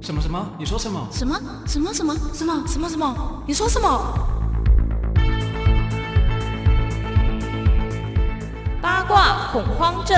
什么什么？你说什么？什么什么什么什么什么什么？你说什么？八卦恐慌症。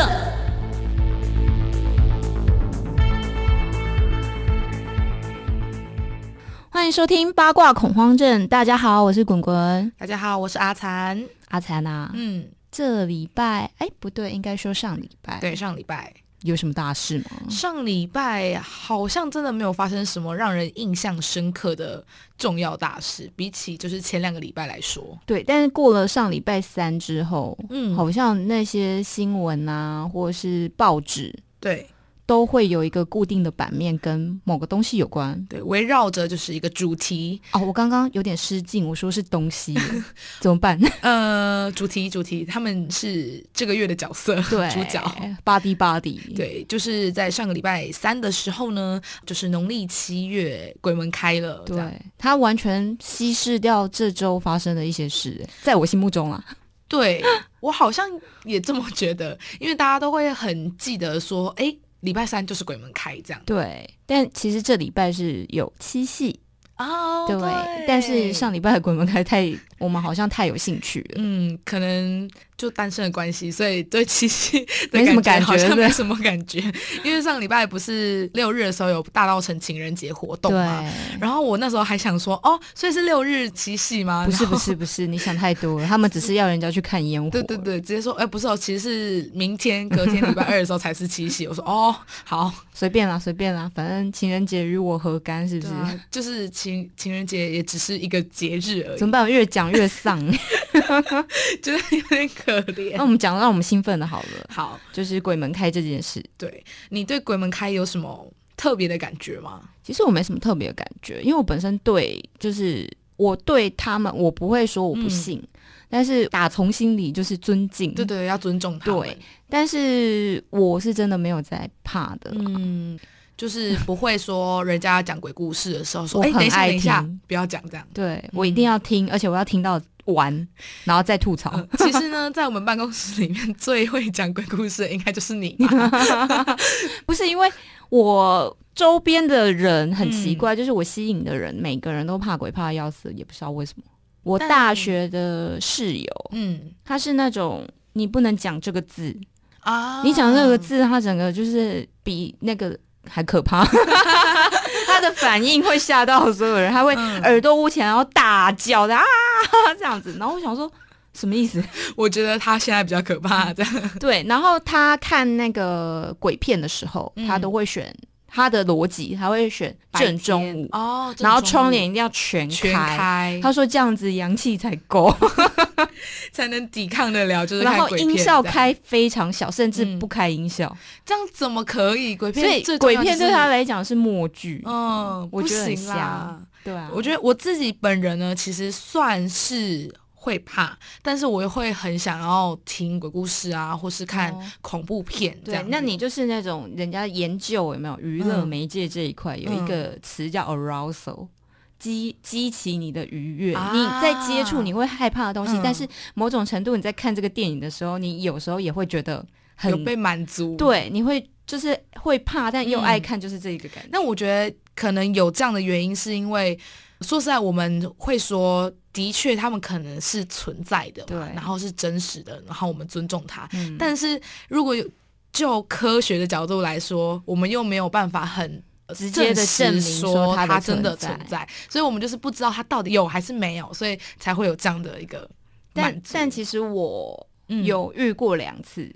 欢迎收听八卦恐慌症。大家好，我是滚滚大家好，我是阿残。阿残啊。嗯，这礼拜，哎，不对，应该说上礼拜，，对，上礼拜，有什么大事吗？上礼拜好像真的没有发生什么让人印象深刻的重要大事，比起就是前两个礼拜来说，对，但是过了上礼拜三之后，嗯好像那些新闻啊，或是报纸，对都会有一个固定的版面跟某个东西有关。对，围绕着就是一个主题，哦，我刚刚有点失敬，我说是东西， 怎么办？呃，主题主题，他们是这个月的角色，对，主角。 ，body body，，对，就是在上个礼拜三的时候呢，就是农历七月鬼门开了，这样对，它完全稀释掉这周发生的一些事，在我心目中啊，对我好像也这么觉得，因为大家都会很记得说，哎，礼拜三就是鬼门开这样对，但其实这礼拜是有七夕，哦对，但是上礼拜的鬼门开太，我们好像太有兴趣了。嗯，可能就单身的关系，所以对七夕的没什么感好觉像对没什么感觉。因为上礼拜不是六日的时候有大稻城情人节活动嘛，对，然后我那时候还想说，哦，所以是六日七夕吗？不是然后不是不是，你想太多 了，他们只是要人家去看烟火，对对对，直接说，哎、不是哦，其实是明天隔天礼拜二的时候才是七夕。我说哦，好，随便啦，随便啦，反正情人节与我何干？是不是？对啊，就是情 情人节也只是一个节日而怎么已，办？越讲越 丧。觉得有点可怜。那我们讲让我们兴奋的好了，好，就是鬼门开这件事。对你对鬼门开有什么特别的感觉吗？其实我没什么特别的感觉，因为我本身对就是我对他们，我不会说我不信，但是打从心里就是尊敬。嗯对对，要尊重他们嗯对，但是我是真的没有在怕的啦。嗯，就是不会说人家讲鬼故事的时候说，我哎、很等一下，爱等一下听，不要讲这样。对我一定要听，而且我要听到完，然后再吐槽。 嗯其实呢，在我们办公室里面最会讲鬼故事的应该就是你吧。不是因为我周边的人很奇怪，嗯就是我吸引的人，每个人都怕鬼怕的要死，也不知道为什么。我但大学的室友，嗯他是那种你不能讲这个字，啊，你讲这个字，他整个就是比那个还可怕。 他的反应会吓到所有人，他会嗯耳朵捂起来，然后大叫的啊 这样子。然后我想说，什么意 思？我觉得他现在比较可怕，这样。对，然后他看那个鬼片的时候，嗯他都会选他的逻辑，他会选正中午，哦，然后窗帘一定要全开。全开，他说这样子阳气才够，才能抵抗得了，就是然看后鬼片音效这样，开非常小，甚至嗯不开音效，这样怎么可以？鬼所以片最重鬼要就片是对他，来讲是默剧。嗯，我不觉得很行啦。对啊，我觉得我自己本人呢，其实算是。会怕，但是我也会很想要听鬼故事啊，或是看哦恐怖片这对样。，那你就是那种人家研究有没有娱乐嗯媒介这一块、有一个词叫 arousal。激激起你的愉悦，啊你在接触你会害怕的东西，嗯但是某种程度你在看这个电影的时候，你有时候也会觉得很有被满足？。对，你会就是会怕，但又嗯爱看，就是这一个感觉。那我觉得可能有这样的原因，是因为说实在，我们会说，的确他们可能是存在的对嘛，然后是真实的，然后我们尊重它。嗯但是如果有就科学的角度来说，我们又没有办法很。呃直接地证证实明说说它的它真的存存在在，所以我们就是不知道它到底有还是没有，所以才会有这样的一个但满足。但其实我嗯有遇过两次，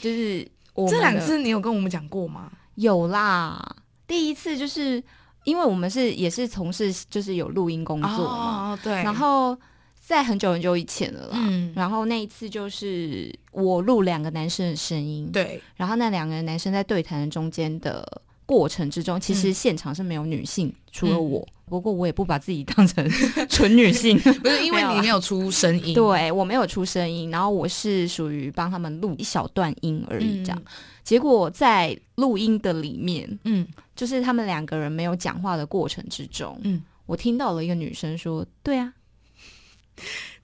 就是我们这两的次你有跟我们讲过吗？有啦，第一次就是因为我们是也是从事就是有录音工作嘛，哦，对，然后在很久很久以前了啦。嗯，然后那一次就是我录两个男生的声音，， 对，然后那两个男生在对谈中间的过程之中，其嗯实现场是没有女性，除了我。不过我也不把自己当成 纯女 性，不是因为没有你啦没有出声音，对我没有出声音，然后我是属于帮他们录一小段音而已，嗯，这样。结果在录音的里面，嗯，就是他们两个人没有讲话的过程之中，嗯我听到了一个女生说：“对啊，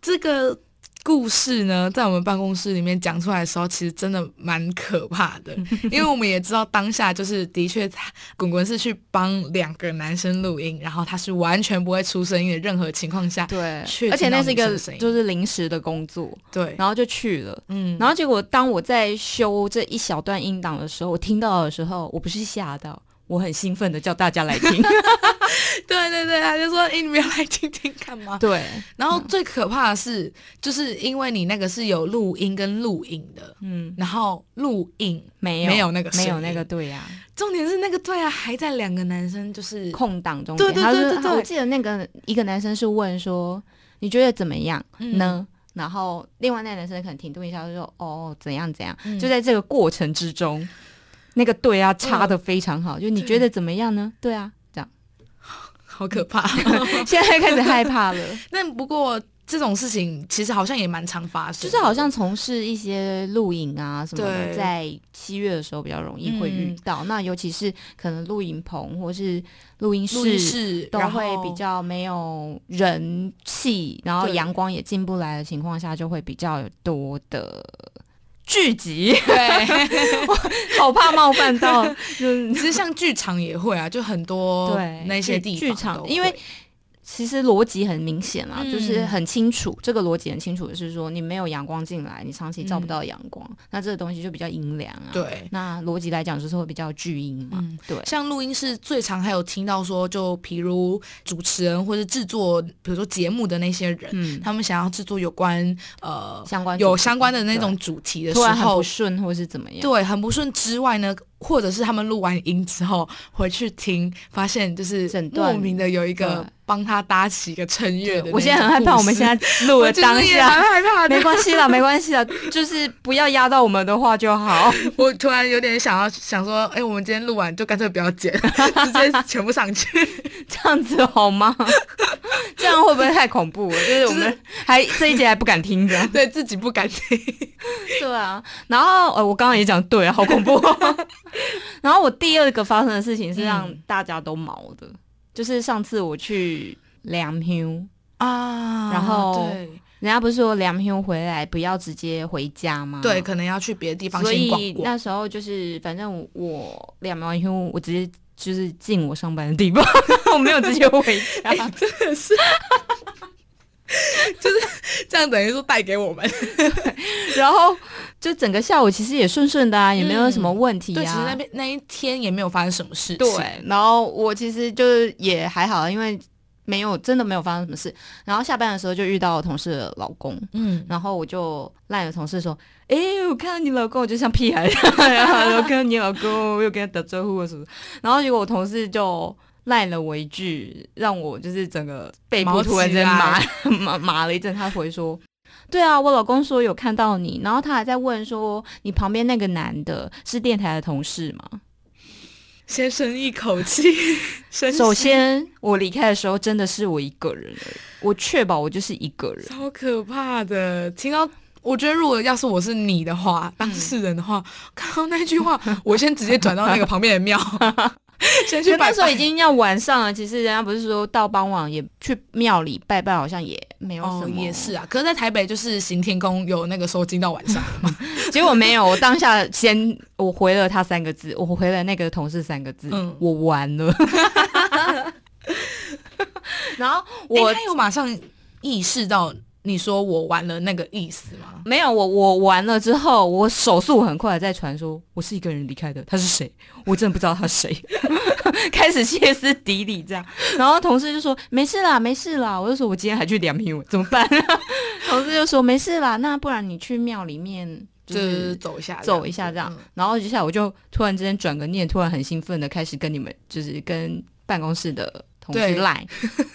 这个故事呢，在我们办公室里面讲出来的时候，其实真的蛮可怕 的，因为我们也知道当下就是的确他，滚滚是去帮两个男生录音，然后他是完全不会出声音的，任何情况下，对确，而且听到那是一女生个的声音就是临时的工作，对，然后就去了。嗯，然后结果当我在修这一小段音档的时候，我听到的时候，我不是吓到，我很兴奋的叫大家来听。 对对对，他就说：“哎、你们要来听听看吗对，？”然后最可怕的是，就是因为你那个是有录音跟录影的，嗯，然后录影没有没有那个没有声音那个对啊呀、重点是那个对啊，还在两个男生 就是空档中对间，对他对说啊对对我记得那个一个男生是问说你觉得怎么样嗯呢？然后另外那个男生可能停顿一下，就说哦怎样怎样，嗯就在这个过程之中，那个对啊插的非常好，就你嗯觉得怎么样呢？对啊，这样好可 怕。现在开始害怕 了，但不过这种事情其实好像也蛮常发生就的，是好像从事一些录影啊什么的，对嗯在七月的时候比较容易会遇到，那尤其是可能录影棚或是录音室。录音室都然后会比较没有人气，然后对阳光也进不来的情况下，就会比较有多的聚集，对。 好怕冒犯到，就是 其实像剧场也会啊，就很多对那些剧地方剧都场会因为其实逻辑很明显啦，嗯就是很清楚，这个逻辑很清楚，就是说你没有阳光进来，你长期照不到阳光，那这个东西就比较阴凉啊。，嗯对。那逻辑来讲就是会比较巨阴嘛。嗯对，像录音室最常还有听到说，就比如主持人或是制作，比如说节目的那些人，嗯，他们想要制作有关呃相关有主题相关的那种主题对的时突然很候不，顺或是怎么样，对，很不顺之外呢，或者是他们录完音之后回去听，发现就是整莫段名的有一个对帮他搭起一个成乐的。我现在很害怕，我们 现。在录我的其实当也下蛮。害怕的没，关系啦，没关系啦，就是不要压到我们的话就好。我突然有点想要想说，哎、我们今天录完就干脆不要剪， 直接全部上去。 这样子好吗？ 这样会不会太恐怖了？就是我们还这一节还不敢听这样。对自己不敢听。 对啊，然后呃，我刚刚也讲对啊，好恐 怖、然后我第二个发生的事情是让嗯大家都毛的，就是上次我去凉休，啊然后嗯对人家不是说凉休回来不要直接回家吗？对，。可能要去别的地方所先逛以逛。那时候就是，反正我凉完休，我直接就是进我上班的地 方，我没有直接回家。真的是， 就是这样，等于说带给我们。 然后就整个下午其实也顺顺的啊，也没有什么问题啊。嗯对，其实那边那一天也没有发生什么事情。对，然后我其实就是也还好，因为没有真的没有发生什么事。然后下班的时候就遇到我同事的老公，嗯，然后我就赖我同事说：“哎、我看到你老公，我就像屁孩一样，然后我看到你老公，我又跟他打招呼啊什么。”然后结果我同事就。赖了我一句，让我就是整个背部 毛起突然间麻来麻麻了一阵。他回说：“对啊，我老公说有看到你，然后他还在问说你旁边那个男的是电台的同事吗？”先深一口气， 深吸首先，我离开的时候真的是我一个人而已，我确保我就是一个人。超可怕的，听到。我觉得，如果要是我是你的话，当事人的话，嗯看到那句 话，我先直接转到那个旁边的庙， 先就去那拜时候已拜。经要晚上了，其实人家不是说到傍晚也去庙里拜拜，好像也没有什哦，么。也是，啊。可是，在台北就是行天宫有那个收金到晚 上，结果没有。我当下先我回了他三个字，我回了那个同事三个字，嗯我完了。 然后我、我、他有马上意识到你说我完了那个意思吗？没有，我我完了之后，我手速很快，在传说我是一个人离开的，他是谁？我真的不知道他是谁， 开始歇斯底里这样。然后同事就说没事啦，没事啦。我就说我今天还去量品，怎么办？ 同事就说没事啦，那不然你去庙里面就就是是走一下，走一下这样。嗯然后接下来我就突然之间转个念，突然很兴奋的开始跟你们就是跟办公室的同事对赖，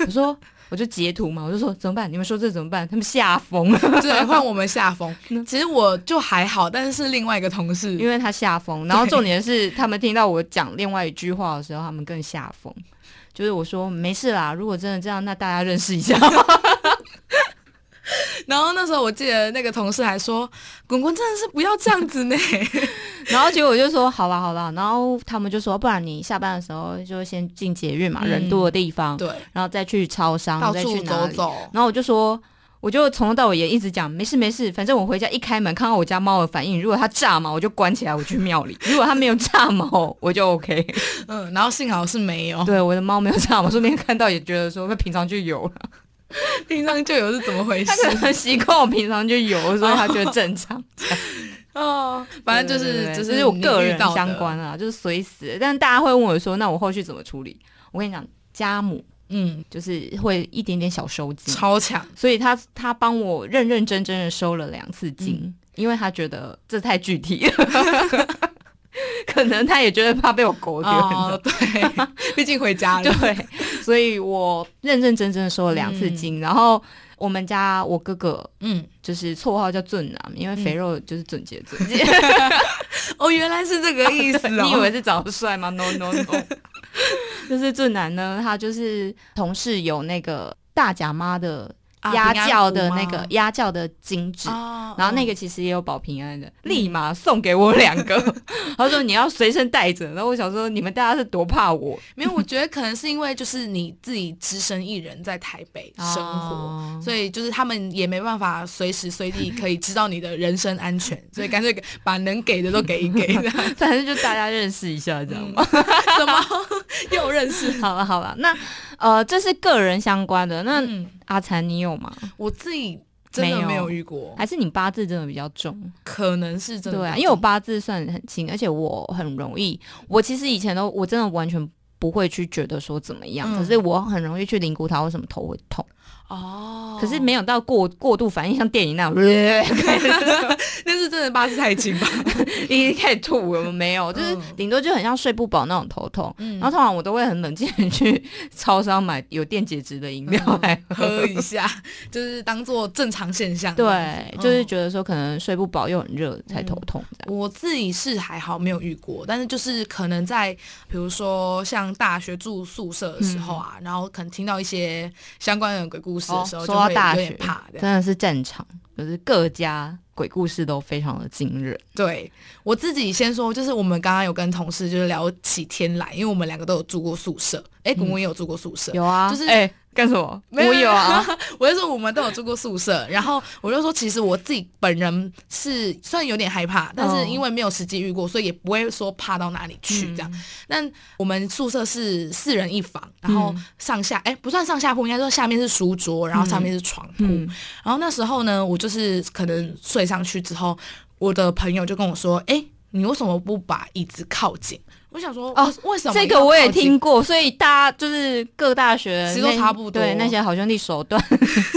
我说我就截图嘛，我就说怎么办？你们说这怎么办？他们吓疯了。对，换我们下 风。其实我就还好，但是另外一个同事，因为他吓疯。然后嗯对重点是，他们听到我讲另外一句话的时候，他们更吓疯。就是我说没事啦，如果真的这样，那大家认识一下。 然后那时候我记得那个同事还说：“滚滚真的是不要这样子 呢。然后结果我就说好啦好啦，然后他们就说，不然你下班的时候就先进捷运嘛，嗯人多的地”方，对，然后再去超商，到再去处哪走里。走。然后我就说。我就从头到尾也一直讲没事没事，反正我回家一开门看到我家猫的反应，如果它炸毛，我就关起来，我去庙里；如果它没有炸毛，我就 OK。嗯，然后幸好是没有，对，我的猫没有炸毛，说明看到也觉得说它平常就有了，平常就有是怎么 回事它？可能习惯我平常就有，所以它觉得正常。哦， 反正就对是对对只这是是我个人你遇到的相关，啊，就是随死。但大家会问我说，那我后续怎么处理？我跟你讲，家母嗯，就是会一点点小收紧，超强，所以他他帮我认认真真的收了两次金，嗯因为他觉得这太具体了， 可能他也觉得怕被我狗卷了。哦，对， 毕竟回家了，对，所以我认认真真的收了两次金，然后我们家我哥哥嗯，就是绰号叫俊男，因为肥肉就是俊杰俊杰，哦，原来是这个意思哦，你以为是长得帅吗？No No No，就是俊男呢，他就是同事有那个大甲妈的啊鸭平安叫符的吗那个鸭叫的精致，哦，嗯然后那个个其实也有保平安的，立马送给我两个。 他说你要随身带着，然后我想说你们大家是多怕我没有，我觉得可能是因为就是你自己只身一人在台北生活。活所以就是他们也没办法随时随地可以知道你的人身安 全，所以干脆把能给的都给 一给，这样反正就大家认识一下，这样吧。怎么又认识？ 好了好了，那呃这是个人相关的。那、嗯，阿残你有吗？我自己真没的有没有遇过，还是你八字真的比较重？可能是真的对啊，不因为我懂八字算很轻，而且我很容易。我其实以前都我真的完全。不会去觉得说怎么样，嗯可是我很容易去灵骨塔，为什么头会痛？哦，可是没有到过过度反应，像电影那样， 呃 那是真的八字太轻吧？已 经开始吐了，没有，就是嗯顶多就很像睡不饱那种头痛。嗯然后通常我都会很冷静的去 超商买有电解质的饮料来喝。嗯喝一下，就是当做正常现象。对，就是嗯觉得说可能睡不饱又很热才头痛这样。我自己是还好没有遇过，但是就是可能在比如说像大学住宿舍的时候啊，然后可能听到一些相关的鬼故事的时候，哦就说到会大有学点怕这真样。的是战场，就是各家鬼故事都非常的惊人。对我自己先说，就是我们刚刚有跟同事就是聊起天来，因为我们两个都有住过宿舍，哎、滚滚也有住过宿舍，有啊，就是哎干什么？没有我有啊， 我就说我们都有住过宿舍，然后我就说其实我自己本人是虽然有点害嗯怕，但是因为没有实际遇过，所以也不会说怕到哪里去这样。嗯但我们宿舍是四人一房，然后上下哎、不算上下铺，应该说下面是书桌，然后上面是床铺。嗯然后那时候呢，我就是可能睡上去之后，我的朋友就跟我说：“哎、你为什么不把椅子靠近？”我想说哦，为什么这要个我也靠近听过，所以大家就是各大学其实都那差不多对那些好兄弟手段，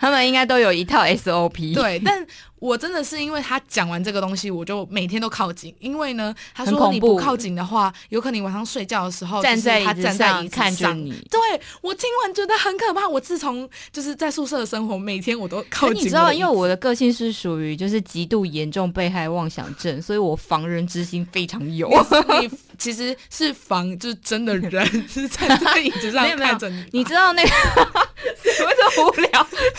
他们应该都有一套 SOP。 对，哦但我真的是因为他讲完这个东西，我就每天都靠近，因为呢，他很说恐你不怖靠近的话，有可能你晚上睡觉的时候，站就是在椅他子站在上椅子看着上你对我听完觉得很可怕。我自从就是在宿舍的生活，每天我都靠可近。哎你知道，因为我的个性是属于就是极度严重被害妄想症， 所以我防人之心非常有。我你其实是防，就是真的人 是站在椅子上没有没有看 着你吧。你知道那个 什么这么无聊，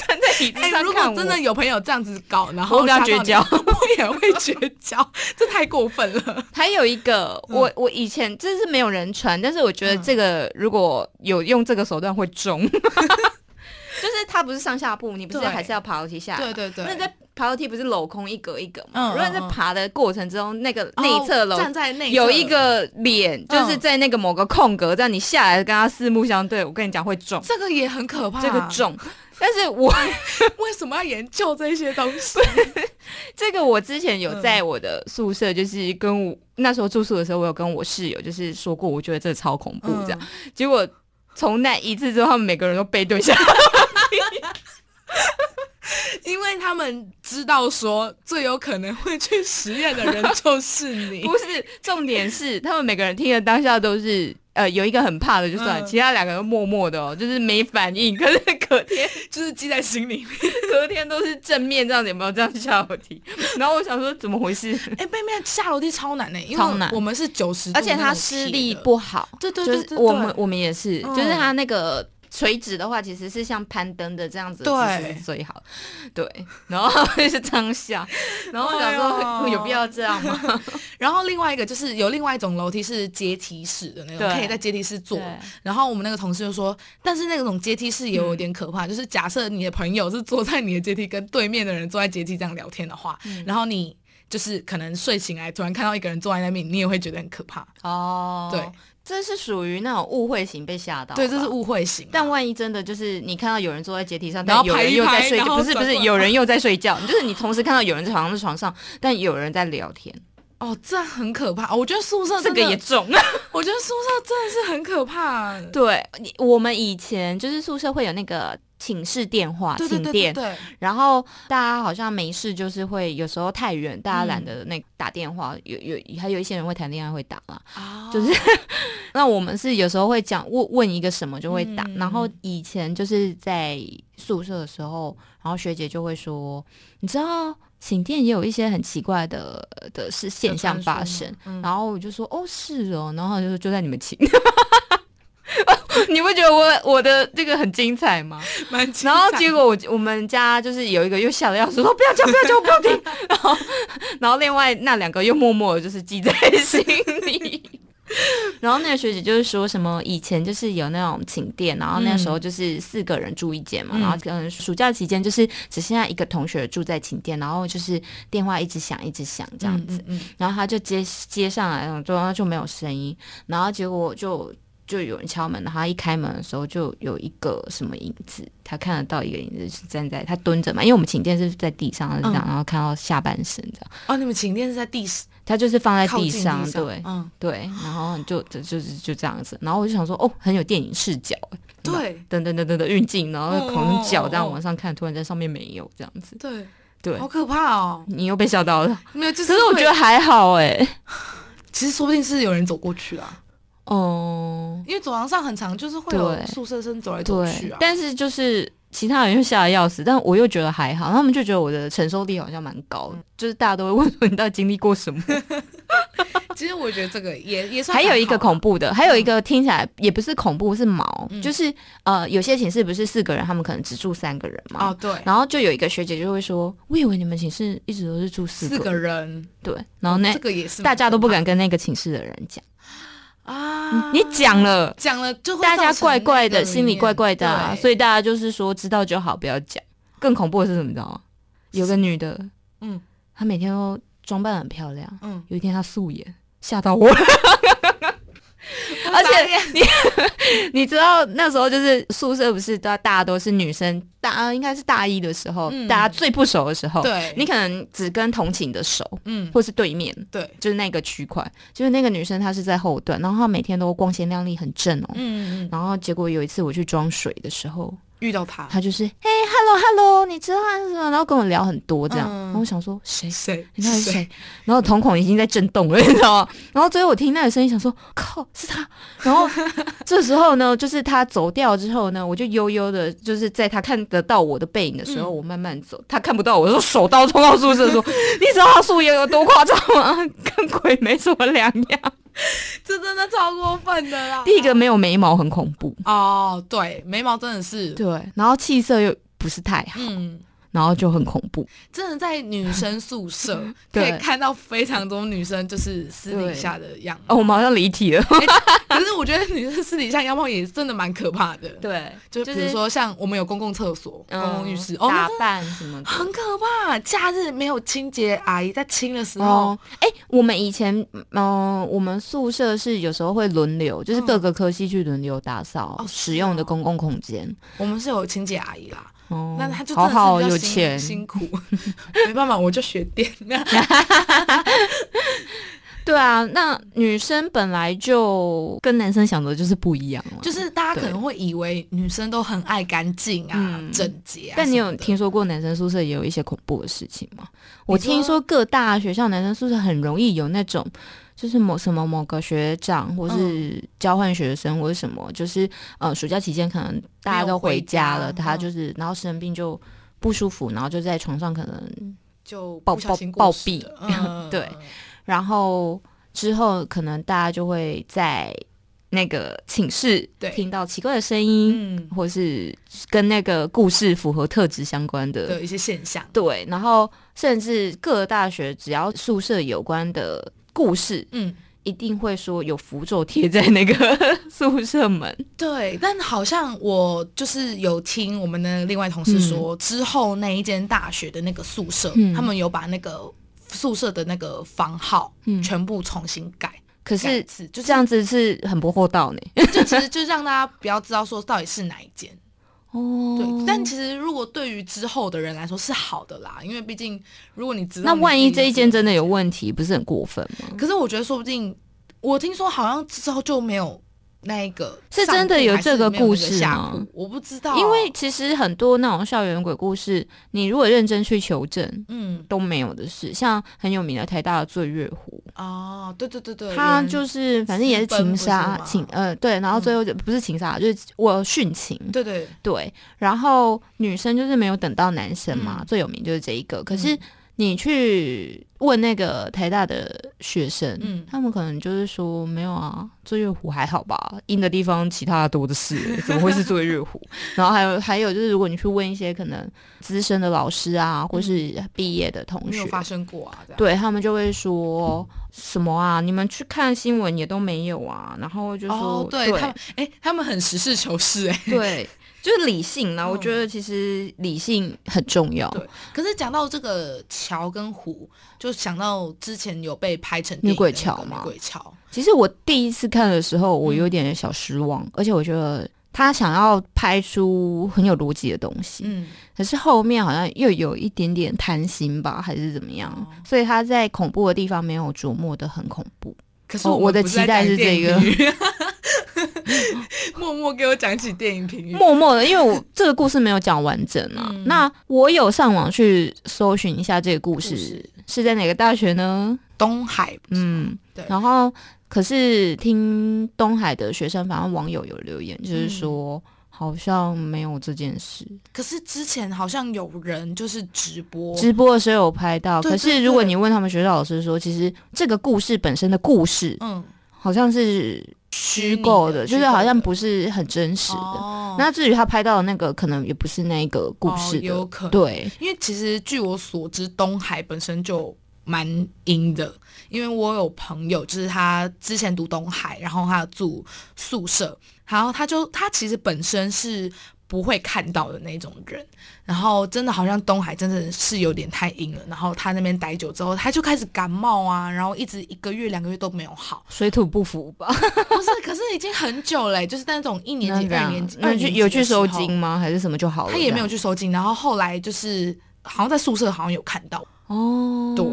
站在椅子哎、上如果看我，真的有朋友这样子搞，然我后跟他吓到绝你交 我也会绝交，这太过分 了。还有一个，嗯我我以前这是没有人传，但是我觉得这个如果有用这个手段会中， 就是它不是上下铺，你不是对还是要爬楼梯下来对对对，那在爬楼梯不是镂空一格一格嗯吗？如果嗯在嗯爬的过程之中，那个内侧楼哦站在内侧嗯有一个脸，就是在那个某个空格，让你下来跟他四目相对，我跟你讲会中，这个也很可怕，这个中。但是我 为什么要研究这些东西？这个我之前有在我嗯的宿舍，就是跟我那时候住宿的时候，我有跟我室友就是说过，我觉得这超恐怖嗯这样。结果从那一次之后，他们每个人都背对 下来，因为他们知道说最有可能会去实验的人就是 你。不是重点是他们每个人听的当下都是。呃，有一个很怕的就算，嗯其他两个都默默的哦，就是没反应。 可是隔天就是记在心里面。隔天都是正面这样，有没有这样下楼梯？ 然后我想说怎么回 事？哎、背面下楼梯超难欸呢、因超为难我们是九十，而且他视力，不好，对对就对是对对我们我们也是，嗯就是他那个垂直的话，其实是像攀登的这样子的姿对势是最好。对，然后 就是这样下，然后我想说、哎呦有必要这样吗？然后另外一个就是有另外一种楼梯是阶梯式的那种，对可以在阶梯室坐对。然后我们那个同事就说，但是那种阶梯式也有点可怕，就是假设你的朋友是坐在你的阶梯，跟对面的人坐在阶梯这样聊天的话，嗯然后你就是可能睡醒来突然看到一个人坐在那边，你也会觉得很可怕。哦，对，这是属于那种误会型被吓到。对，这是。误会型啊。但万一真的就是你看到有人坐在阶梯上，然但后有人又拍一在拍睡觉，然后不是不转是，过来有人又在睡觉， 就是你同时看到有人在好像是床上，但有人在聊 天，哦，这很可怕。我觉得宿舍这真个的也，啊中。我觉得宿舍真的是很可怕。 对，你我们以前就是宿舍会有那个寝室电话，对对对寝对电， 对，然后大家好像没事，就是会有时候太远，大家嗯懒得那个打电话，有有还有一些人会谈恋爱会打啦。啊就是 那我们是有时候会讲问问一个什么就会打，嗯然后以前就是在宿舍的时候，然后学姐就会说，你知道寝殿也有一些很奇怪的的是现象发生，，嗯然后我就说哦是哦，然后就就在你们寝。 你不觉得我我的这个很精彩吗？蛮精彩然后结果我我们家就是有一个又吓得要死，说不要讲不要讲不要 听，然后然后另外那两个又默默的就是记在心里。 然后那个学姐就是说什么以前就是有那种寝店，然后那时候就是四个人住一间嘛，嗯然后可能暑假期间就是只剩下一个同学住在寝店，然后就是电话一直响一直响这样子，嗯嗯嗯然后他就接接上来，然后就没有声音，然后结果就就有人敲门，然后他一开门的时候就有一个什么影子，他看得到一个影子是站在他蹲着嘛，因为我们寝垫是在地上，他是这样，嗯然后看到下半身这样，哦，你们寝殿是在地他就是放在靠近地上，对。嗯，对，然后就就就是就这样子，然后我就想说，哦，很有电影视角，对等等等等的运镜，然后狂脚这哦样哦哦往上看，突然在上面没有这样子，对，对好，可怕哦。你又被吓到了，没有，就可是是我会觉得还好哎、其实说不定是有人走过去啊啦，哦、因为走廊上很长，就是会有对宿舍生走来走去对啊，。但是就是其他人又吓得要死，但我又觉得还好，他们就觉得我的承受力好像蛮高的，嗯就是大家都会问说你到底经历过什 么。其实我觉得这个也也算还有一个还好啊恐怖的，还有一个听起来也不是恐怖，是毛，嗯就是呃，有些寝室不是四个人，他们可能只住三个人嘛。哦，对，然后就有一个学姐就会说：“我以为你们寝室一直都是住四个，四个人，对。”然后呢嗯哦这，个也是大家都不蛮敢跟那个寝室的人讲，可怕啊。你讲了，讲了就会大家造成怪怪那的，个心里怪怪的、啊，对所以大家就是说知道就好，不要讲。更恐怖的是什么？你知道吗？有个女的，嗯她每天都装扮很漂亮，嗯，有一天她素颜，吓到我了。而且你你 知道那时候就是宿舍不是大大家都是女生，大呃应该是大一的时候，嗯大家最不熟的时候，对哦你可能只跟同寝的熟，嗯或是对面，对，就是那个区块，就是那个女生她是在后段，然后她每天都光鲜亮丽，很正哦，嗯嗯嗯，然后结果有一次我去装水的时候，遇到他他就是嘿，hello hello，你知道他是什么？然后跟我聊很多这样，嗯然后我想说 谁？谁你到底是谁？然后瞳孔已经在震动了，你知道吗？然后最后我听那个声音，想说靠，是他。然后这时候呢，就是他走掉之后呢，我就悠悠的，就是在他看得到我的背影的时候，嗯我慢慢走，他看不到我，我就手刀冲到宿舍说：“你知道他素颜有多夸张吗？ 跟鬼没什么两样。这真的超过分的啦。 第一个没有眉毛，很恐怖。哦，对，眉毛真的是，对，然后气色又不是太好，嗯。然后就很恐怖。真的在女生宿舍可 对以看到非常多女生就是私底下的样哦，貌，我们好像离题了。可是我觉得女生私底下样貌也真的蛮可怕的。， 对，就比如说像我们有公共厕所、公共浴室，哦，那嗯打真的扮什么的。很可怕。假日没有清洁阿姨在清的时候哦，，哎、我们以前，嗯、我们宿舍是有时候会轮流，就是各个科系去轮流打扫、嗯哦是使用的哦公共空间。我们是有清洁阿姨啦，哦，那她就真好的是好比较有辛钱，辛苦， 没办法，我就学 电。对啊。那女生本来就跟男生想的就是不一样嘛。就是大家可能会以为女生都很爱干净啊嗯、整洁啊什么的，但你有听说过男生宿舍也有一些恐怖的事情吗？我你说听说各大学校男生宿舍很容易有那种，就是某什么某个学长或嗯是交换学生或是什么，就是呃暑假期间可能大家都回家没了，有回家嗯他就是然后生病就不舒服，然后就在床上可能，就暴不小心暴过世暴 了，嗯对然后之后可能大家就会在那个寝室对听到奇怪的声音，嗯或是跟那个故事符合特质相关的的一些现象。对，然后甚至各大学只要宿舍有关的故事，嗯，一定会说有符咒贴在那个 宿舍门。对，但好像我就是有听我们的另外同事说，之后那一间大学的那个宿舍，嗯他们有把那个宿舍的那个房号嗯全部重新改， 可改是次就就这这样，样子是很不厚道 呢。就其实就让大家不要知道说到底是哪一间。哦对，但其实如果对于之后的人来说是好的啦，因为毕竟如果你知道那你万一自己这一是间真的有问题，不是很过分吗？可是我觉得说不定，我听说好像之后就没有那一个是真的上铺有还是这个没有那故事下吗铺，我不知道，因为其实很多那种校园鬼故事，你如果认真去求证嗯都没有的事。像很有名的台大的醉月湖，哦，对对对对，他有人就是反正也是私奔情不是杀吗嗯情呃对，然后最后就、不是情杀，就是我殉情。对对对，然后女生就是没有等到男生嘛，嗯最有名就是这一个。可是你去问那个台大的学生，嗯他们可能就是说没有啊，醉月湖还好吧，阴的地方其他的多的是，怎么会是醉月湖？ 然后还有还有就是，如果你去问一些可能资深的老师啊，或是毕业的同嗯没学有，发生过啊，这样，对他们就会说什么啊，你们去看新闻也都没有啊，然后就说、哦，对他们，哎，他们很实事求是，哎，对，就是理性啦。我嗯觉得其实理性很重要。对可是讲到这个桥跟湖，就想到之前有被拍成女鬼电影的桥那个吗女鬼桥，其实我第一次看的时候，我嗯有点小失望，而且我觉得他想要拍出很有逻辑的东西，嗯，可是后面好像又有一点点贪心吧，还是怎么样，哦所以他在恐怖的地方没有琢磨的很恐怖。可是哦们我的不在期待讲是电这个 影评语，默默给我讲起电影评语，默默的，因为我这个故事没有讲完整啊。嗯那我有上网去搜寻一下这个故事故事是在哪个大学呢？东海，嗯对，然后可是听东海的学生，反正网友有留言，就是嗯说、好像没有这件事。可是之前好像有人就是直播，直播的时候有拍到，对可对是如果对你问他们学校老师说，其实这个故事本身的故事嗯，好像是虚虚构的，拟就是好像虚构不是很真实的。的。哦那至于他拍到的那个，可能也不是那一个故事哦、的。有可能，对，因为其实据我所知，东海本身就蛮阴的，因为我有朋友就是他之前读东海，然后他住宿舍，然后他就他其实本身是。不会看到的那种人，然后真的好像东海真的是有点太阴了，然后他那边待久之后，他就开始感冒啊，然后一直一个月两个月都没有好，水土不服吧？不是，可是已经很久了，就是那种一年那级、这二样年级，，那二去年级有的去时收候金吗？还是什么就好了？他也没有这样去收金，然后后来就是好像在宿舍好像有看到，哦，对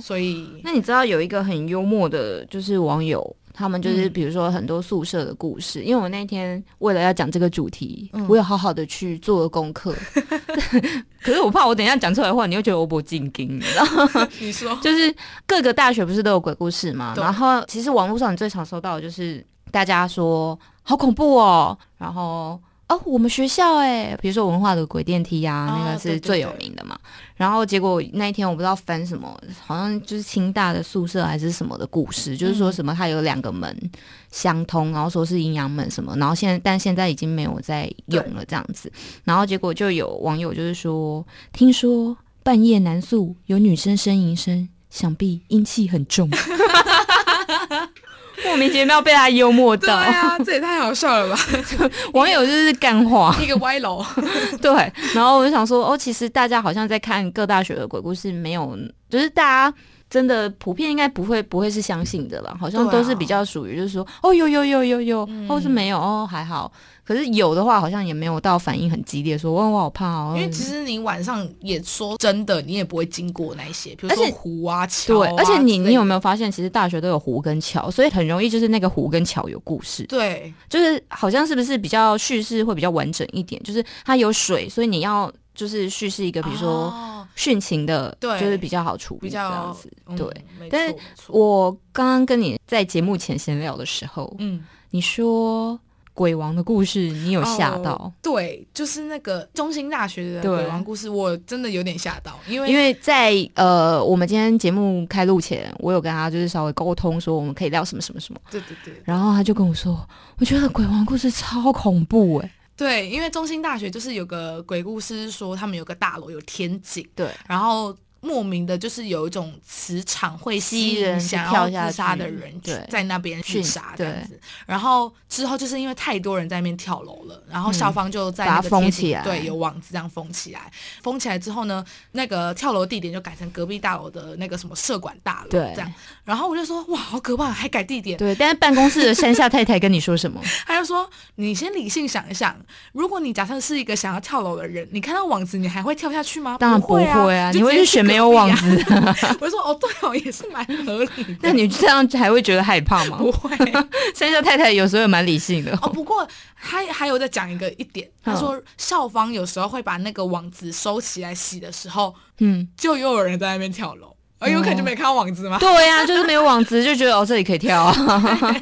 所以那你知道有一个很幽默的，就是网友，他们就是嗯比如说很多宿舍的故事。因为我那天为了要讲这个主题，嗯我有好好的去做了功课， 可是我怕我等一下讲出来的话，你又觉得我不进京，你知道吗？啊你说就是各个大学不是都有鬼故事嘛？哦对然后其实网络上你最常收到的就是大家说好恐怖哦，然后。哦，我们学校哎、比如说文化的鬼电梯呀、哦那个对对是最有对名的嘛。然后结果那一天我不知道翻什么，好像就是清大的宿舍还是什么的故嗯事，就是说什么它有两个门相通，然后说是阴阳门什么，然后现在但现在已经没有在用了这样子。然后结果就有网友就是说，听说半夜男宿有女生呻吟声，想必阴气很重。 莫名其妙被他幽默 对到，啊，这也太好笑了吧？网友就是干话。 一个歪 楼，对，然后我就想说，哦，其实大家好像在看各大学的鬼故事，没有，就是大家真的普遍应该不会不会是相信的啦，好像对啊都是比较属于就是说，哦，有有有有有，或是没有，哦还好。可是有的话，好像也没有到反应很激烈，说哇我好怕哦因。为其实你晚上也说真的，你也不会经过那些，比如而说且湖啊、桥啊对，而且你之类你有的没有发现，其实大学都有湖跟桥，所以很容易就是那个湖跟桥有故事，对就是好像是不是比较叙事会比较完整一点，就是它有水，所以你要就是叙事一个，比如说。哦殉情的，对就是比较好处理比这样较子。嗯对，没但是错没错我刚刚跟你在节目前闲聊的时候，嗯你说鬼王的故事，你有吓到？哦对，就是那个中兴大学的对鬼王故事，我真的有点吓到，因为因为在呃，我们今天节目开录前，我有跟他就是稍微沟通说我们可以聊什么什么什么，对对对然后他就跟我说，我觉得鬼王故事超恐怖哎、对，因为中兴大学就是有个鬼故事，说他们有个大楼有天井，对，然后莫名的就是有一种磁场会吸吸人引去想跳要下自杀去的人去对在那边自去杀这对样子。然后之后就是因为太多人在那边跳楼了，然后校嗯方就在把那它个封贴起紧来对，有网子这样封起来。封起来之后呢，那个跳楼地点就改成隔壁大楼的那个什么社管大楼对这样。然后我就说哇，好可怕，还改地点。对，但是办公室的山下太太跟你说什么？他就说：“你先理性想一想，如果你假设是一个想要跳楼的人，你看到网子，你还会跳下去吗？当然不不会啊啊，你会去选没有网子子。 我就说：“哦，对哦，也是蛮合理的。” 那你这样还会觉得害怕吗？不会山下太太有时候也蛮理性的哦、哦？不过他还有在讲一个一点，他说嗯校方有时候会把那个网子收起来洗的时候， 嗯，就又有人在那边跳楼，哎而哦有可能就没看到网子吗？对呀、就是没有网子就觉得哦这里可以跳、 啊。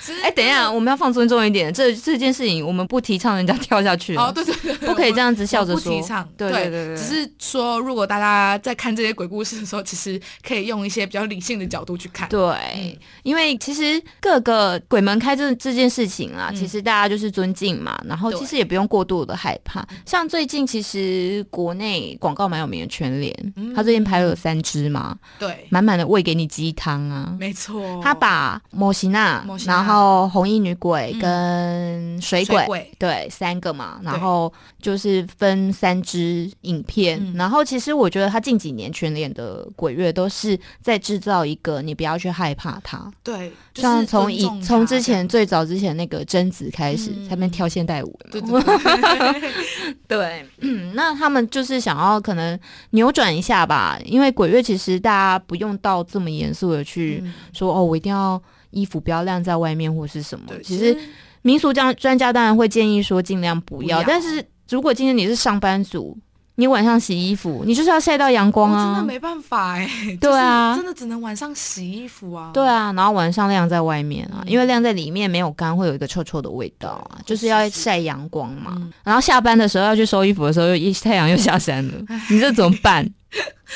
其实哎、等一下，我们要放尊重一点，这这件事情我们不提倡人家跳下去、啊哦，对对对，不可以这样子笑着不说。提倡，对对对对对只是说，如果大家在看这些鬼故事的时候，其实可以用一些比较理性的角度去看。对嗯，因为其实各个鬼门开这这件事情啊，嗯其实大家就是尊敬嘛，然后对嗯其实也不用过度的害怕。像最近其实国内广告蛮有名的全联，嗯他最近拍了有三支嘛，对，哦满满的喂给你鸡汤啊。没错，他把摩西娜摩，西娜然后红衣女鬼嗯跟水鬼，对，三个嘛，然后就是分三支影片，嗯然后其实我觉得他近几年全脸的鬼月都是在制造一个你不要去害怕它，对，就是像从尊以重他从之前最早之前那个贞子开始，嗯他们跳现代舞有没对 有，对对对，嗯， 那他们就是想要可能扭转一下吧，因为鬼月其实大家不用到这么严肃的去嗯说、哦，我一定要衣服不要晾在外面或是什么，对，其实。民俗专专家当然会建议说尽量不要，不要但是如果今天你是上班族，你晚上洗衣服，你就是要晒到阳光我哦真啊的，没办法哎、对啊就是真的只能晚上洗衣服啊，对啊，然后晚上晾在外面啊，嗯因为晾在里面没有干，会有一个臭臭的味道啊，就是要晒阳光嘛。嗯然后下班的时候要去收衣服的时候，又一太阳又下山了，你这怎么 办？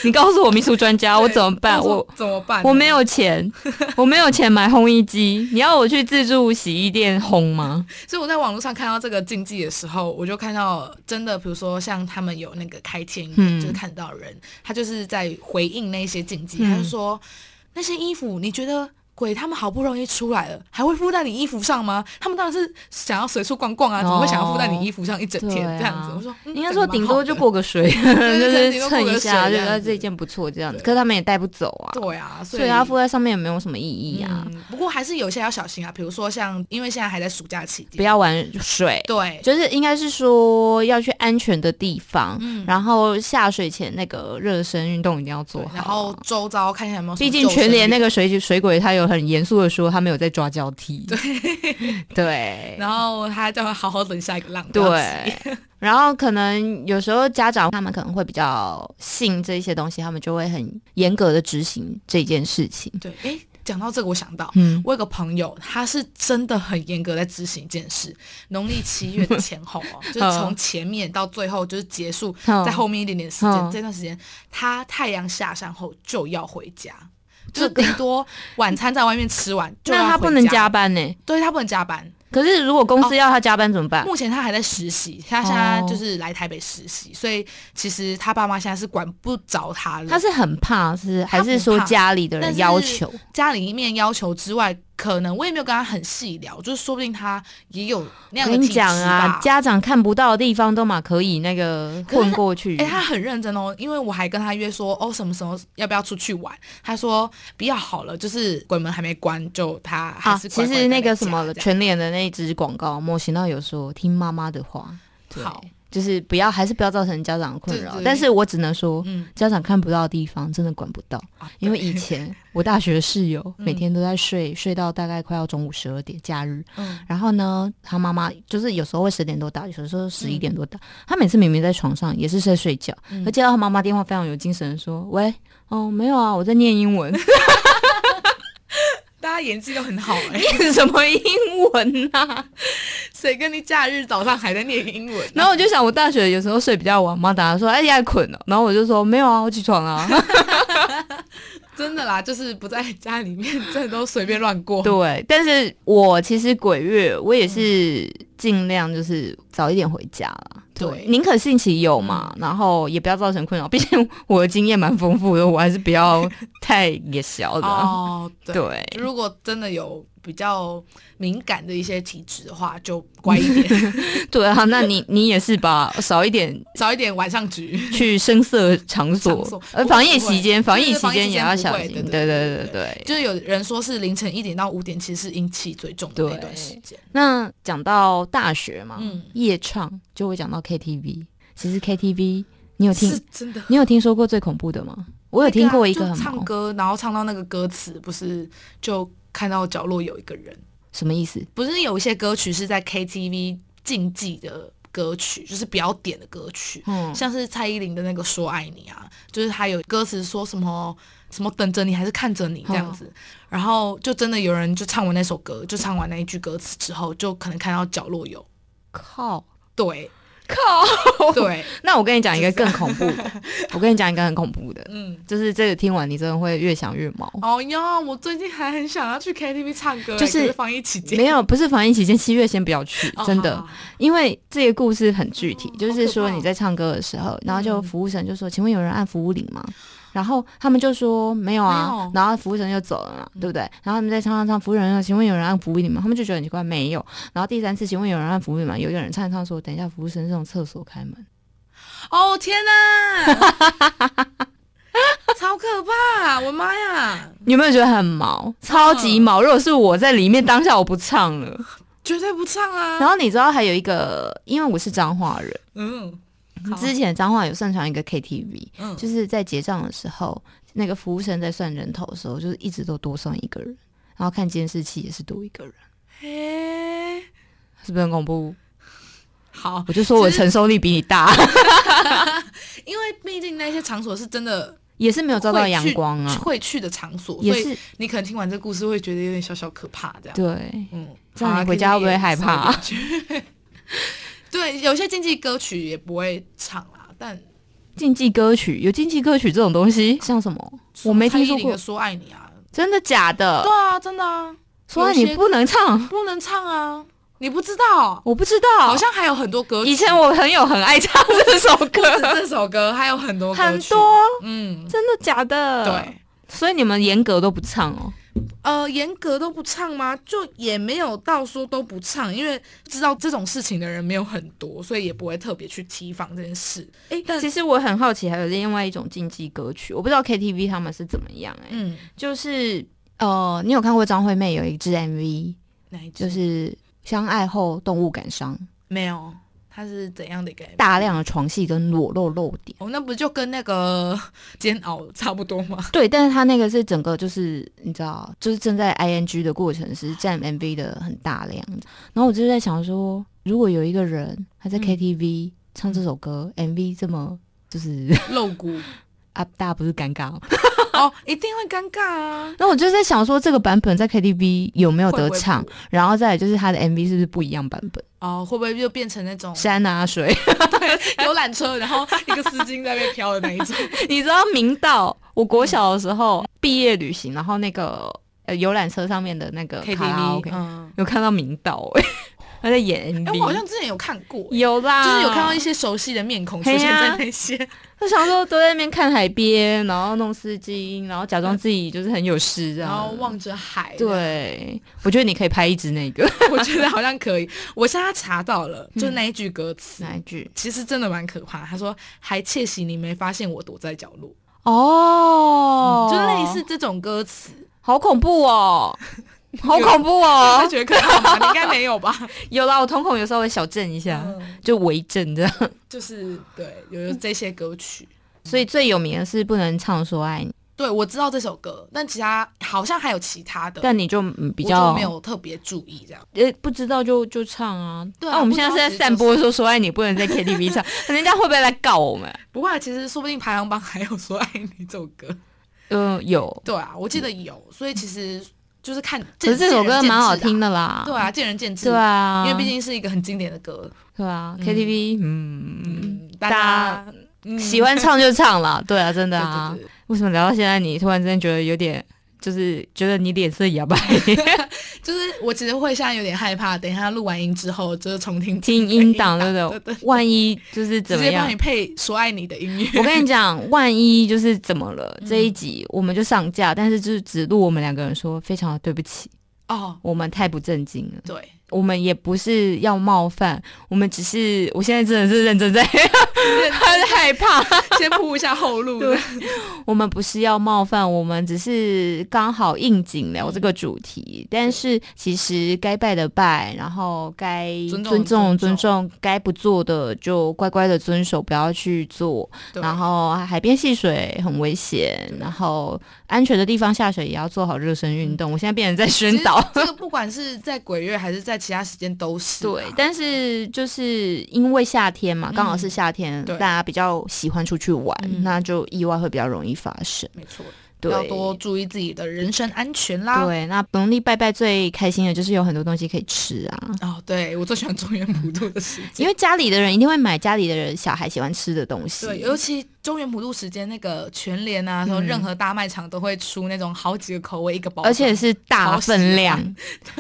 你告诉我民俗专家，对，啊我怎么办？到时候我怎么办？我没，有钱，我没有钱买烘衣机，你要我去自助洗衣店烘吗？所以我在网络上看到这个禁忌的时候，我就看到真的，比如说像他们有那个开天眼，嗯就是看到人，他就是在回应那些禁忌，嗯他就说那些衣服，你觉得？鬼他们好不容易出来了，还会附在你衣服上吗？他们当然是想要随处逛逛啊，怎么会想要附在你衣服上一整天、对啊这样子？我说、嗯应该说顶多就感觉蛮好过个水，对 就对是顶多蹭过一个下，水就这觉得样子这一件不错这样子。对可是他们也带不走啊，的对啊，所所以它附在上面也没有什么意义啊。嗯。不过还是有些要小心啊，比如说像因为现在还在暑假期间，不要玩水，对，就是应该是说要去安全的地方，嗯然后下水前那个热身运动一定要做对好。啊然后，周遭看一下有没有什毕么救生竟员。全联那个水水鬼他有很严肃的说他没有在抓交替，对 对。然后他叫他好好等下一个浪。不要急对， 然后可能有时候家长他们可能会比较信这些东西，他们就会很严格的执行这件事情。对，哎，讲到这个，我想到。嗯，我有个朋友，他是真的很严格在执行一件事，农历七月的前后 哦，就是从前面到最后，就是结束，在在后面一点点时间，嗯这段时间他太阳下山后就要回家，就这是个顶多晚餐在外面吃完，就要那他不回能家加班呢、对他不能加班。可是如果公司要他加班怎么办？目前他还在实习，他现在哦就是来台北实习，所以其实他爸妈现在是管不着他了。他是很怕，是还是说他不怕家里的但人是要求？家里面要求之外，可能我也没有跟他很细聊，就是说不定他也有我那样的跟你体质讲啊吧，。家长看不到的地方都嘛可以那个可是混过去。哎、他很认真哦，因为我还跟他约说，哦，什么时候要不要出去玩？他说不要好了，就是鬼门还没关，就他还啊，是乖其乖实那待在个什家么这样全脸的那一支广告，莫西娜有说听妈妈的话，对好，就是不要还是不要造成家长的困对扰。对但是我只能说，嗯，家长看不到的地方真的管不到，啊因为对以 前我大学室友嗯每天都在睡，睡到大概快要中午十二点，假日。嗯然后呢，他妈妈就是有时候会十点多打，有时候十一点多打。他每次明明在床上，也是在睡觉，嗯而接到他妈妈电话，非常有精神地说：“喂，哦，没有啊，我在念英文， 大家演技都很好哎、念什么英文啊？ 谁跟你假日早上还在念英文？啊然后我就想，我大学有时候睡比较晚嘛，大家说哎你还困了，然后我就说没有啊，我起床了、啊。真的啦，就是不在家里面，真的都随便乱过。对，但是我其实鬼月我也是尽量就是早一点回家了。嗯对嗯宁可信其有嘛，然后也不要造成困扰。毕竟我的经验蛮丰富的，我还是不要太野小的啊。哦，对。对，如果真的有比较敏感的一些体质的话，就乖一 点，对啊，那 你你也是吧，少一点早一点晚上局。去声色场场所所，呃，不会防疫不会期间，防疫对对期防疫间期也间要不小会心。对对对对对对对。就是有人说是凌晨一点到五点，其实是阴气最重的那对段时间。那讲到大学嘛，嗯，夜唱就会讲到 KTV。其实 KTV，你有是听真的。你有听说过最恐怖的吗？我有听过一个那啊很就唱毛歌，然后唱到那个歌词，不是就看到角落有一个人，什么意思？不是有一些歌曲是在 KTV 竞技的歌曲，就是表点的歌曲，嗯，像是蔡依林的那个《说爱你》啊，就是她有歌词说什么什么等着你还是看着你这样嗯子，然后就真的有人就唱完那首歌，就唱完那一句歌词之后，就可能看到角落有，靠对靠！对，那我跟你讲一个更恐怖的， 我跟你讲一个很恐怖的， 嗯，就是这个听完你真的会越想越毛。哦哟，我最近还很想要去 KTV 唱歌欸，就是可防疫期间没有，不是防疫期间，七月先不要去，真的。哦好好因为这个故事很具体哦，就是好可说怕哦你在唱歌的时候，然后就嗯服务生就说：“请问有人按服务铃吗？”然后他们就说：“没有啊。没有嗯然后服务生就走了嘛，对不对？然后他们在唱唱唱，服务人员说：“请问有人按服务铃吗？”他们就觉得很奇怪，没有。然后第三次，请问有人按服务铃吗？有一个人唱一唱说：“等一下，服务生是从厕所开嗯门。哦天哪， 超可怕！我妈呀，”你有没有觉得很毛，超级毛？如果是我在里面，当下我不唱 了。绝对不唱啊！然后你知道还有一个，因为我是彰化人，嗯，好之前彰化有盛传一个 KTV，嗯就是在结账的时候，那个服务生在算人头的时候，就是一直都多算一个人，然后看监视器也是多一个人，嘿，是不是很恐怖？好，我就说我的其实承受力比你大， 因为毕竟那些场所是真的也是没有照到会去阳光啊，会去的场所，也所以是你可能听完这故事会觉得有点小小可怕这样。对。嗯，这样好啊你回家会不会 KTV 害怕啊少一点去 对，有些竞技歌曲也不会唱啦，但禁忌歌曲有禁忌歌曲这种东西，像什么？我没听说蔡依林过的，说爱你啊，真的假对的？啊，真的啊，说有你一些不能唱，不能唱啊，你不知道。我不知道。好像还有很多歌曲，以前我朋友很爱唱这首 不止歌，这首歌还有很多歌很曲，多，嗯，真的假的？，对，所以你们严格都不唱哦。呃，严格都不唱吗？就也没有到说都不唱，因为知道这种事情的人没有很多，所以也不会特别去提防这件事。哎、但其实我很好奇，还有另外一种禁忌歌曲，我不知道 KTV 他们是怎么样、哎、嗯，就是呃，你有看过张惠妹有一支 MV，哪一支就是相爱后动物感伤，没有？它是怎样的一个 MV？大量的床戏跟裸露露点。哦，那不就跟那个煎熬差不多吗？对，但是他那个是整个就是你知道，就是正在 ing 的过程是占 MV 的很大量。然后我就在想说，如果有一个人他在嗯 KTV 唱这首歌、m v 这么就是 露骨啊，大家不是尴尬吗？哦，一定会尴尬啊！那我就在想说，这个版本在 KTV 有没有会得不会唱？不然后再来就是它的 MV 是不是不一样版本？哦，会不会就变成那 种山啊水， 游览车，然后一个丝巾在被飘的那一 种？你知道明道？我国小的时候毕业旅行，然后那个呃游览车上面的那个卡拉 OK，、 KTV，嗯，有看到明道哎、 他在演哎、 MV，、我好像之前有看过、哎有啦，就是有看到一些熟悉的面孔出嘿现在呀那些，我想说都在那边看海边，然后弄丝巾，然后假装自己就是很有诗这然后样。望着海。，对，我觉得你可以拍一支那 个我觉得好像可以。我现在查到了，就嗯那一句歌词，哪一句？其实真的蛮可怕。他说：“还窃喜你没发现我躲在角落。哦、嗯就类似这种歌词，好恐怖 哦，好恐怖你会哦！觉得可怕吗？你应该没有吧？ 有啦，我瞳孔有稍微小震一下，嗯就微震这样。就是对，有有这些歌曲。所以最有名的是不能唱说爱你，对，我知道这首歌，但其他好像还有其他的，但你就嗯比我较就没有特别注意这样。呃不知道就就唱啊。对啊那、我们现在是在散播说说爱你不能在 KTV 唱，人家会不会来告我们？不过啊其实说不定排行榜还有说爱你这首歌。嗯、有。对啊，我记得有，所以其实就是看。可是这首歌蛮好听的、的啦，对啊，见仁见智，对啊，因为毕竟是一个很经典的歌，对啊嗯，KTV，嗯，嗯，大家嗯喜欢唱就唱啦，对啊，真的啊。对对对为什么聊到现在，你突然之间觉得有点，就是觉得你脸色哑巴？就是我其实会现在有点害怕，等一下录完音之后就是重听听音 档对不对对？万一就是怎直么接样帮你？配说爱你的音乐。 我跟你嗯讲，万一就是怎么了，这一集我们就上架，但是就是只录我们两个人说，非常的对不起，哦，我们太不正经了，对，我们也不是要冒犯，我们只是我现在真的是 认真在，很害怕，先铺一下后 路。对我们不是要冒犯，我们只是刚好应景嗯聊这个主题，但是其实该拜的拜，然后该尊重尊尊重尊重，该不做的就乖乖的遵守，不要去做。对然后海边戏水很危险，然后安全的地方下水也要做好热身运动。我现在变成在宣导，嗯其实这个不管是在鬼月还是在其他时间都是啊。对，但是就是因为夏天嘛，刚好是夏天，嗯对大家比较喜欢出去玩，嗯那就意外会比较容易发生。没错，对，要多注意自己的人身安全啦。对，那农历拜拜最开心的就是有很多东西可以吃啊，哦，对我最喜欢中原普渡的时间，因 为为家里的人一定会买家里的人小孩喜欢吃的东西。对，尤其中原普渡时间那个全联啊，说任何大卖场都会出那种好几个口味一个包装，嗯而且是大好喜分欢量，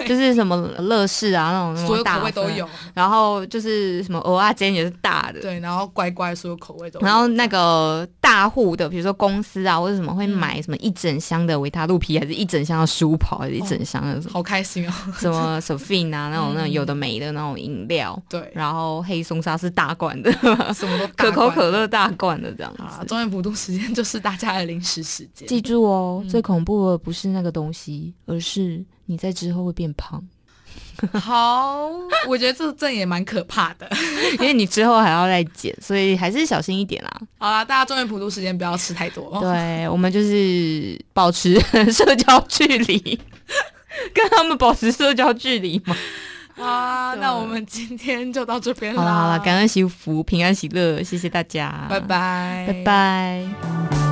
就是什么乐事啊那种，那种所有大口味都份有。。然后就是什么蚵仔煎也是大的，对，然后乖乖所有口味都有。然后那个大户的，比如说公司啊或者什么会嗯买什么一整箱的维他露皮，还是一整箱的舒跑，还是一整箱的什么、好开心哦， 什么 s o f i n 啊那种那种嗯有的没的那种饮料，对，然后黑松沙是大罐的。什么都大可口罐可乐大罐的这样啊，子。中原普渡时间就是大家的零食时间。记住哦，嗯最恐怖的不是那个东西，而是你在之后会变胖， 好，我觉得这这也蛮可怕的。 因为你之后还要再减，所以还是小心一点啦。好啦，大家中原普渡时间不要吃太多哦。对我们就是保持社交距离， 跟他们保持社交距离嘛。好啊，对那我们今天就到这边好啦好啦，啦，感恩惜福，平安喜乐，谢谢大家，拜，拜，拜。拜。